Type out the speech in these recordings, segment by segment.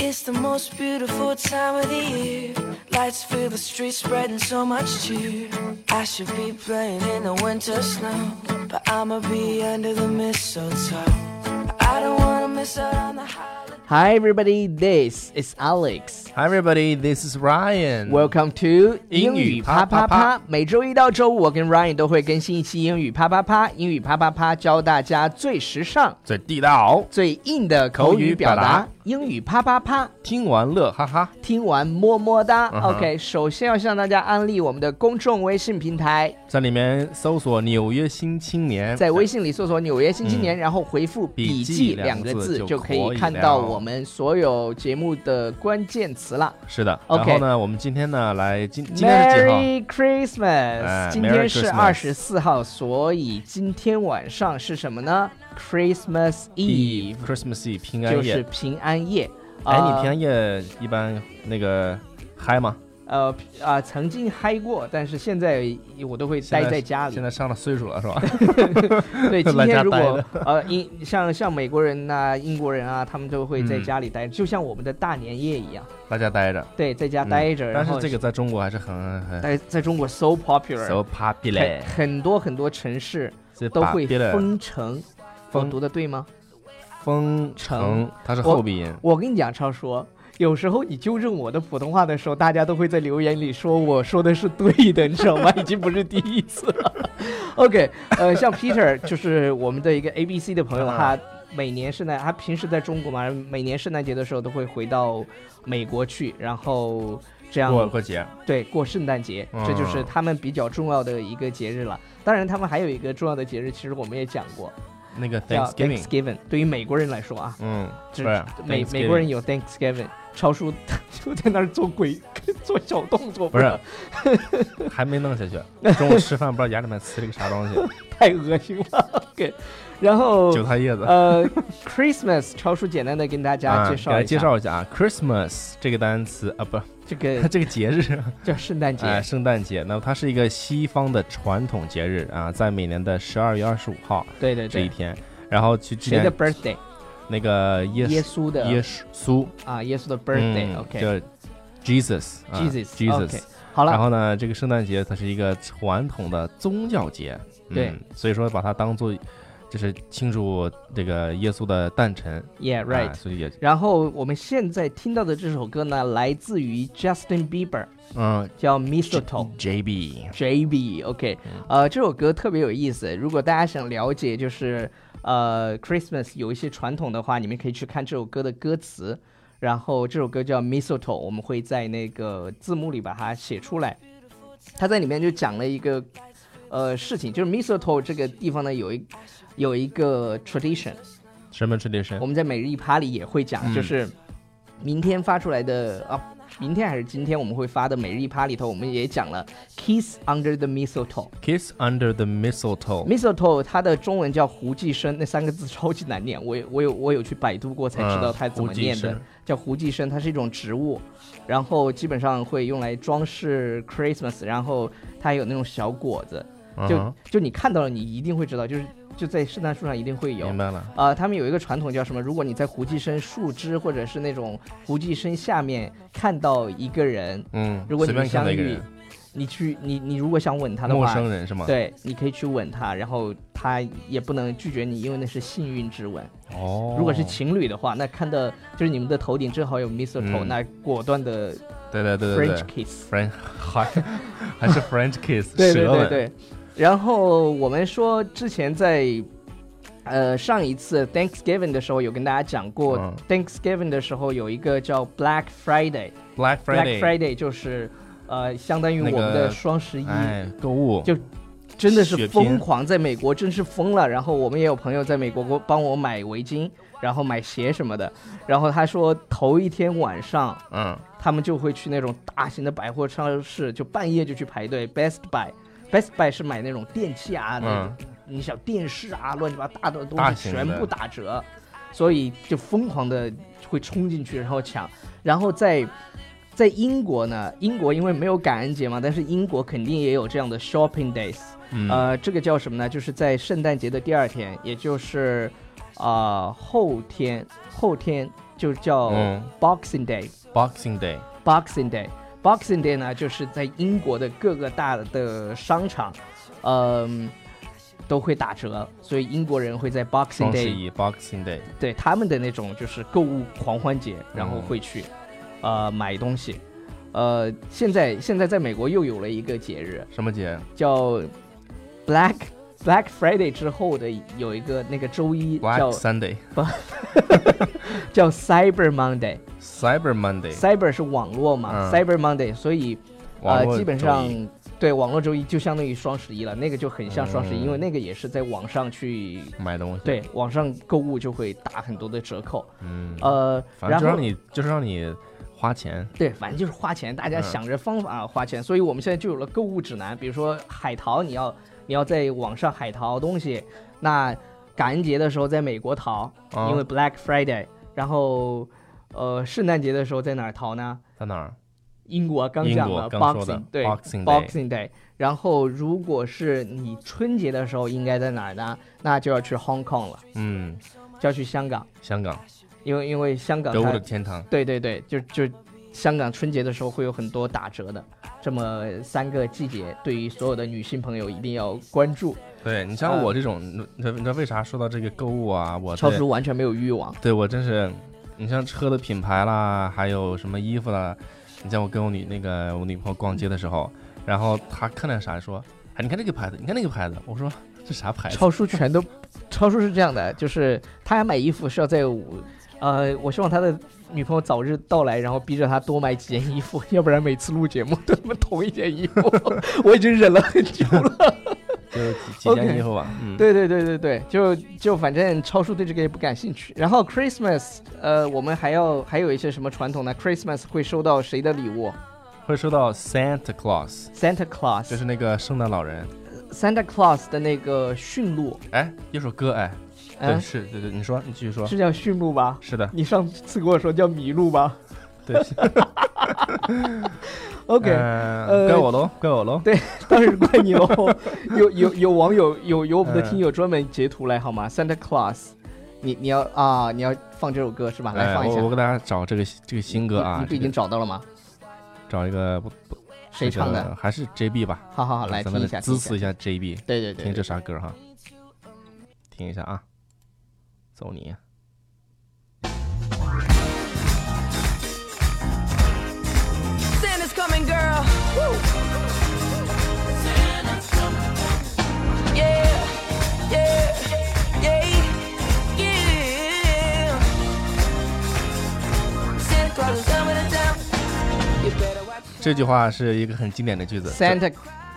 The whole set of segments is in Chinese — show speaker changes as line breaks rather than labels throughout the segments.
It's the most beautiful time of the year. Lights fill the streets, spreading so much cheer. I should be playing in the winter snow, but I'ma be under the mistletoe. I don't wanna miss out on the holiday.
Hi, everybody. This is Alex.
Hi, everybody. This is Ryan.
Welcome to
Mm. 英
英
语
语
啪
啪啪
啪啪
啪。每周一到周五，我跟 Ryan 都会更新一期英语啪啪啪。英语啪啪啪教大家最时尚、
最地道，
最硬的口语表
口语表达
达。英语啪啪啪，
听完乐哈哈。
听完么么哒。
嗯哼
OK，首先要向大家安利我们的公众微信平台，
在里面搜索“纽约新青年”，
在微信里搜索“纽约新青年”，然后回复“
笔
笔
记
记”
两
两
个
个
字
字，
就
就可以
可以
看
了
到我们所有节目的关键词了。
是的。然
OK
后呢，我们今天呢来今今天是几号？
Merry Christmas！、
哎
今天
Merry
是
Christmas
二十四号，所以今天晚上是什么呢？Christmas Eve，
Eve，Christmas Eve，平
就
安
是
夜。
平安夜。
哎，
呃
你平安夜一般那个嗨吗？
呃啊、曾经嗨过，但是现在我都会
现
待在家里
现。在上了岁数了 是吧？
对，今
在家
天如
待
果
着
呃英像像美国人呐、英国人啊，他们都会在
嗯
家里待，就像我们的大年夜一样，
大家待着。
对，在家
嗯
待着。
但
然
是
后
这个在中国还是很很
在在中国 so popular，
so popular，
很很多很多城市
so
都会
popular
封城。我
封
读的对吗？
封城
城，
它是
我
后鼻音。
我跟你讲，超叔，有时候你纠正我的普通话的时候，大家都会在留言里说我说的是对的，你知道吗？已经不是第一次了。OK，呃，像 Peter 就是我们的一个 ABC 的朋友，
啊
他每年圣诞，他平时在中国嘛，每年圣诞节的时候都会回到美国去，然后这样
过过节，
对，过圣诞节，
嗯
这就是他们比较重要的一个节日了。当然，他们还有一个重要的节日，其实我们也讲过，
那个
叫
Thanksgiving，
Thanksgiving。对于美国人来说啊，
嗯，
只
对
美
Thanksgiving
美国人有 Thanksgiving，超叔 就在那儿做鬼 做小动作，
不是， 还没弄下去。中午吃饭不知道牙里面呲了个啥东西，
太恶心了。OK，然 后
韭菜叶子。
呃，Christmas，超叔简单的跟大家
啊，
介
给
绍
大
一下、
家介绍一下啊，Christmas 这个单词啊，不，
这个
这个节日
叫圣诞节，
啊，圣诞节，那么它是一个西方的传统节日啊，在每年的十二月二十五号
对对
这一
对，
天，然后去之
谁的
前
birthday？
那个耶
耶稣的
耶稣
啊，耶稣的
嗯
birthday，OK，Jesus，OK、
叫 Jesus 啊 Jesus，
好了
然，后呢，这个圣诞节它是一个传统的宗教节，嗯、
对，
所以说把它当做就是庆祝这个耶稣的诞辰
Yeah,
啊
right.
所以也
然后我们现在听到的这首歌呢，来自于 Justin Bieber，
嗯
叫 Mistletoe。
，JB
JB OK，呃，这首歌特别有意思。如果大家想了解，就是呃 Christmas 有一些传统的话，你们可以去看这首歌的歌词。然后这首歌叫 Mistletoe，我们会在那个字幕里把它写出来。他在里面就讲了一个呃事情，就是 Mistletoe 这个地方呢有一有一个 tradition，
什么 tradition？
我们在每日一趴里也会
嗯
讲，就是明天发出来的啊，明天还是今天我们会发的每日一趴里头，我们也讲了 Kiss Under the Mistletoe。
Kiss under the mistletoe，
Mistletoe 它的中文叫胡寄生，那三个字超级难念，我有我有我有去百度过才知道它怎么念的，
嗯胡寄生
叫胡寄生，它是一种植物，然后基本上会用来装饰 Christmas，然后它有那种小果子，就、
嗯哼
就你看到了，你一定会知道，就是就在圣诞树上一定会有。
明白了，
呃，他们有一个传统叫什么？如果你在胡寄生树枝或者是那种胡寄生下面看到一个人，
嗯，
如果
随
你
便
们
看到
相
一个
遇
人，，
你去你你如果想吻他的
陌
话，
生人是吗？，
对，你可以去吻他，然后他也不能拒绝你，因为那是幸运之吻。
哦，
如果是情侣的话，那看到就是你们的头顶正好有 mistletoe，、
嗯
那果断的
对对对对
French
对
kiss。
，French 还还是 French kiss，
对对
舌
对
吻，
对。然后我们说之前在，呃，上一次 Thanksgiving 的时候有跟大家讲过、
嗯
Thanksgiving 的时候有一个叫 Black Friday，Black
，Black Friday，
Friday 就是呃，相当于
那
我们
个
的双十一。
哎，购物
就真的是
血拼
疯狂，在美国真是疯了。然后我们也有朋友在美国给我帮我买围巾，然后买鞋什么的。然后他说头一天晚上
嗯，
他们就会去那种大型的百货超市，就半夜就去排队。Best Buy。Best Buy 是买那种电器啊，那种你想电视啊，乱七八糟的
大
东西
型的
全部打折，所以就疯狂的会冲进去然后抢，然后在在英国呢，英国因为没有感恩节嘛，但是英国肯定也有这样的 shopping days，、
嗯
呃，这个叫什么呢？就是在圣诞节的第二天，也就是啊、呃后天后天就叫
嗯
Boxing Day、
Boxing Day，
Boxing Day。Boxing Day 呢，就是在英国的各个大的商场，嗯、都会打折，所以英国人会在 Boxing
双十
Day
一 Boxing Day，
对他们的那种就是购物狂欢节，然后
嗯
会去，呃，买东西。呃，现在现在在美国又有了一个节日
什么节
叫 Black Black Friday 之后的有一个那个周一叫
？Black Sunday。
叫 Cyber Monday。
Cyber Monday，
Cyber 是网络嘛、
嗯
c y b e r Monday，所以
网
呃
络
基本
周
上
一
对网络周一就相当于双十一了，那个就很像双十一，
嗯
因为那个也是在网上去
买东西，，
对网上购物就会打很多的折扣。
嗯，
呃，
反
然
正
后
就让你就是让你花钱，
对，反正就是花钱，大家
嗯
想着方法花钱，所以我们现在就有了购物指南，比如说海淘，你要你要在网上海淘东西，那感恩节的时候在美国淘，
啊
因为 Black Friday，然后呃圣诞节的时候在哪儿淘呢？
在哪儿？
英国刚
英
讲
国
了
刚说的
Boxing，对
Boxing Day
Boxing Day，然后如果是你春节的时候应该在哪儿呢？那就要去 Hong Kong 了，
嗯，
就要去香港，
香港，
因为因为香港
德
它
国的天堂，
对对对，就就香港春节的时候会有很多打折的，这么三个季节，对于所有的女性朋友一定要关注。
对你像
呃
我这种，你知道你知道为啥说到这个购物啊？我
超
对
叔完全没有欲望，
对我真是，你像车的品牌啦，还有什么衣服啦，你像我跟我女那个我女朋友逛街的时候，然后她看到啥说，哎，你看这个牌子，你看那个牌子，我说这啥牌子？
超叔全都，超叔是这样的，就是他要买衣服是要在五，呃，我希望他的女朋友早日到来，然后逼着他多买几件衣服， 要不然每次录节目都他妈同一件衣服， 我已经忍了很久 了。
就是几几
OK
件衣服吧，嗯，
对对对对对，就就反正超叔对这个也不感兴趣。然后 Christmas，呃，我们还要还有一些什么传统呢？Christmas 会收到谁的礼物
会收到 Santa Claus，
？Santa Claus，
就是那个圣诞老人。
Santa Claus 的那个驯鹿，
哎，有首歌哎，对，
嗯，
是，对对，你说，你继续说，
是叫驯鹿吧？
是的，
你上次跟我说叫麋鹿吧
对
？OK，、呃
嗯怪我喽，怪我喽，
对，当然是怪 你喽。有有有网友有有我们的
嗯
听友专门截图来好吗？Santa Claus，你你要啊，你要放这首歌是吧？来
哎
放一下
我我。给大家找这个这个新歌
你
啊
你，不
这
已
个
经找到了吗？
找一个不不
谁
这个
唱的？
还是 JB 吧？
好好好，来
啊咱
听
们
一下，
支
听一下
持一下 JB，
对对对，
听这
对
啥歌哈？听一下啊，走你。
Santa's coming, girl. Woo. Yeah, yeah, yeah, yeah. Santa Claus is coming to town. You better watch.
这句话是一个很经典的句子
Santa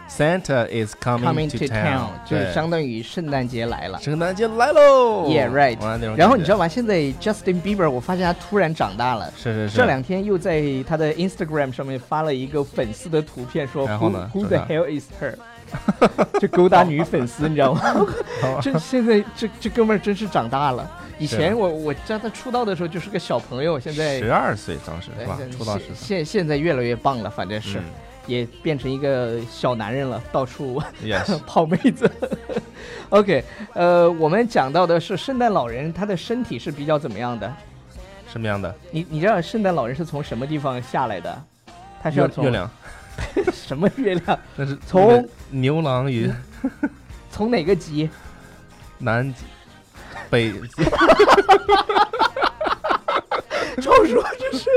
Santa is coming
coming
to
to town，就是
对
相当于圣诞节来了。
啊圣诞节来喽
Yeah, right.
完了那种
然后
感
你
觉
知道吗？现在 Justin Bieber，我发现他突然长大了。
是是是，
这两天又在他的 Instagram 上面发了一个粉丝的图片，说
然
Who
后呢
Who
怎
the
么
hell is her？就 勾搭女粉丝，你知道吗？这现在这这哥们儿真是长大了。以前我我知道他出道的时候就是个小朋友，现在
十二岁当时
对
是吧？
现
啊出道时嗯
现现在越来越棒了，反正是、也变成一个小男人了，到处
，yes，
泡妹子。OK，呃，我们讲到的是圣诞老人，他的身体是比较怎么样的？
什么样的？
你你知道圣诞老人是从什么地方下来的？他是
月
要从
月亮，
什么月亮？
那是
从
那个牛郎与
从哪个极？
南 极北极，
超叔这是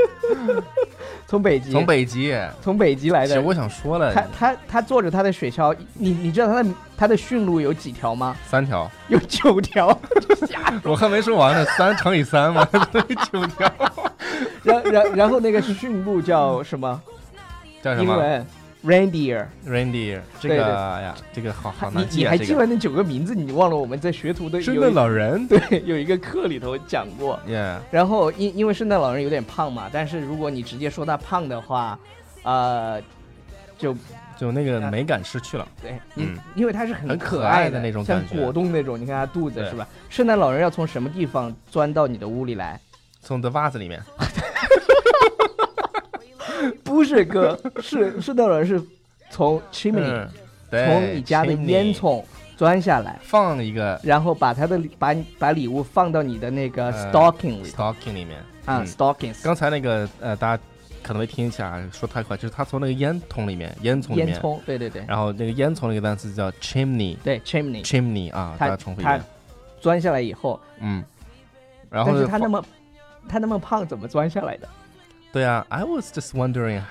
从北极，
从北极。
从北极来
其实
的。
我想说
他
了，
他他坐着他的雪橇，你你知道他的他的驯鹿有几条吗？
三条，
有九条。
我还没说完呢，三乘以三 嘛， 等于九条，
然然然后那个驯鹿叫什么？
叫什
英
么
文 reindeer。
？Randy，这
对对
个哎呀，这个好好
你
难
你
记啊，
还
这
记
个
得那九个名字？你忘了我们在学徒的
圣
有
诞
一
老人，
对 有一个课里头讲过。
耶，
然后因因为圣诞老人有点胖嘛，但是如果你直接说他胖的话，呃，就
就那
啊
个美感失去了。
对，你
嗯
因为他是很
很可
爱
爱的那种
像
感觉
果冻那种，你看他肚子
对
是吧？圣诞老人要从什么地方钻到你的屋里来？
从 The 袜子里面，
不 是哥，是圣诞老人是从 chimney，
嗯，
从你家的烟囱钻下来，
放一个
然后把他的礼把把礼物放到你的那个
呃
stocking 里头
stocking 里面
嗯啊
嗯
stockings
刚才那个呃，大家可能没听清啊，说太快，就是他从那个烟筒里面，烟囱里
烟
面，
囱，对对对
然后那个烟囱那个单词叫 chimney，chimney
对 chimney，
啊，大
他
家重复一遍
他，钻下来以后，
嗯，然后
但是
就
他那
放
么他那么胖怎么钻下来的？
对啊，I was just wondering，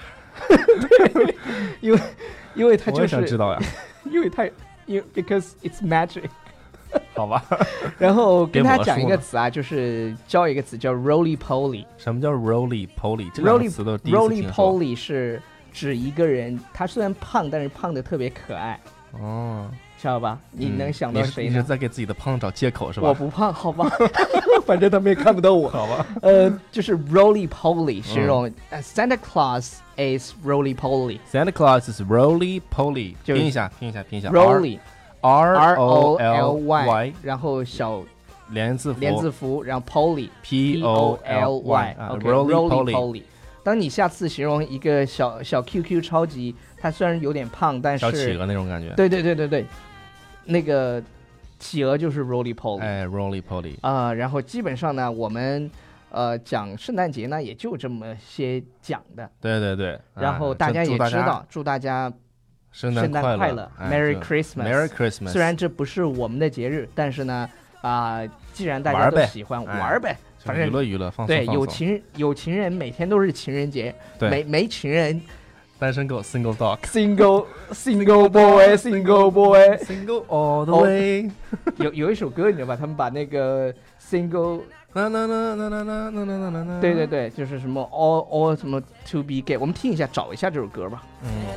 因为他
我
就
也想知
是
道呀，
因为他因为 because it's magic。
好吧，
然后跟
别
他
魔
讲一
术
个
了
词啊，就是教一个词叫 roly poly。
什么叫 roly poly？这两
roly
个词都是第一次
roly
听说。
poly 是指一个人，他虽然胖，但是胖的特别可爱，
哦，
知道吧？你
嗯
能想到
你是
谁
你是
呢？
在给自己的胖找借口是吧？
我不胖，好吧， 反正他们也看不到 我。
好吧，
呃，就是 roly poly
嗯
形容、呃 Santa Claus is roly poly。
Santa Claus is roly poly，
就
拼一下，拼一下，拼一下
roly
R
r
O
o l
L Y
y，然后小
连字符
连字符，然后 poly
P
P
O
O
L
L
Y
Y
啊
OK
roly
roly
poly，
poly。当你下次形容一个小小 QQ 超级，它虽然有点胖，但
小企
是
鹅那种感觉。
对对对对对，那个企鹅就是 roly poly
哎，roly poly，
啊、然后基本上呢，我们呃讲圣诞节呢，也就这么些讲的。
对对对。
然后
啊
大家
祝
也
大
知道，祝大家
圣
圣
诞
诞快
乐哎
m e r r y
就
Christmas。
Merry Christmas。
虽然这不是我们的节日，但是呢，啊、既然大
玩
家
儿
都
呗
喜欢
哎
玩儿呗，
就
反
是
正
娱乐娱乐，放松
对，
放
有
松
情有情人每天都是情人节，
对
没没情人
单身狗 single dog
，single single boy single boy。
single all the
哦
way。
有有一首歌你知道吧？他们把那个 single，
啦啦啦啦啦啦啦啦啦啦。
对对，对，就是什么 all all 什么 to be gay，我们听一下，找一下这首歌吧。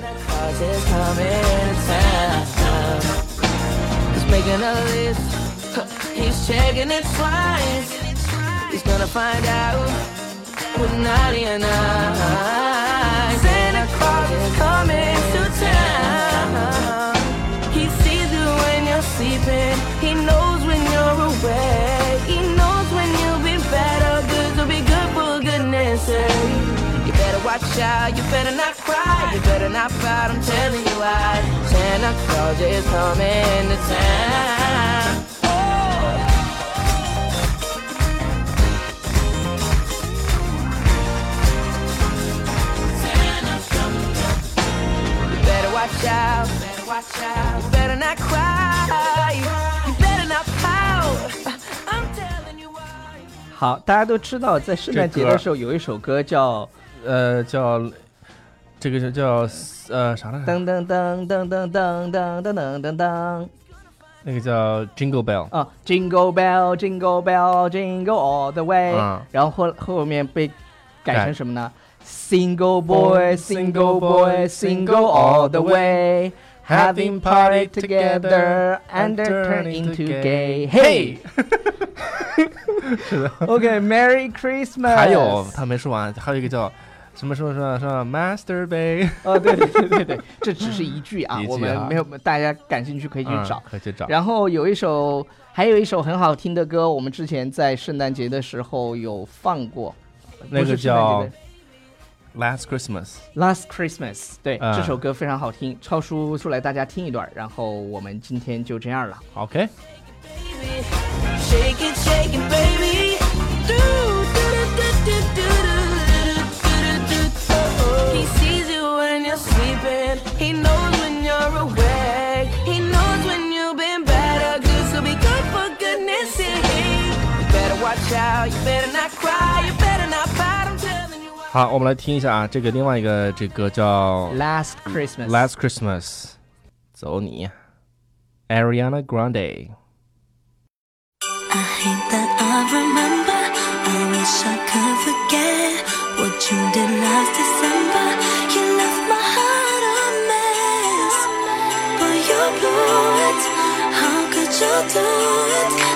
Santa Claus is coming to town. He's making a list. He's checking it twice. He's gonna find out with Naughty and I. Santa Claus is coming to town. He sees you when you're sleeping. He knows when you're awake. He knows when you'll be better. Good will be good for goodness sake. You better watch out. You better not cry. You better not pout. I'm telling you why. Santa Claus is coming to town. Oh. You better watch out. You better watch out. You better not cry. You better not pout. I'm telling you why.
好，大家都知道，在圣
这
诞节
歌
的时候有一首歌叫
呃，叫这个是叫呃啥来着？
噔噔噔噔噔噔噔噔噔噔噔
那个叫 Jingle Bell。
啊，Jingle Bell Jingle Bell Jingle All the Way，
嗯
然后后后面被
改
改成什么呢？Single boy, single boy, single all the way, having party together and turning into gay. Hey, OK, Merry Christmas。
还有他没说完，还有一个叫什么什么什么什么 Master Bay，
哦，对对对对对，这只是 一句啊
一，句啊
我们没有，大家感兴趣可以去找
嗯。可以去找。
然后有一首，还有一首很好听的歌，我们之前在圣诞节的时候有放过，
那
不
个
是圣诞
叫
节的
Last Christmas，
Last Christmas，对，
嗯
这首歌非常好听，超叔出来大家听一段，然后我们今天就这样了。
OK，
baby. Shake it, shake it, baby. Do, do, do, do, do, do, do, do, do, do, do. He sees you when you're sleeping. He knows when you're awake. He knows when you've been better. Good, so be good for goodness sake. You better watch out. You better not cry. You better not fight. I'm telling you. why.
好，我们来听一下啊，这个另外一个这个叫
Last Christmas，
Last Christmas，走你，Ariana Grande。
I hate that I remember. I wish I could forget what you did last December. You left my heart a mess, but you blew it. How could you do it? Oh, Oh,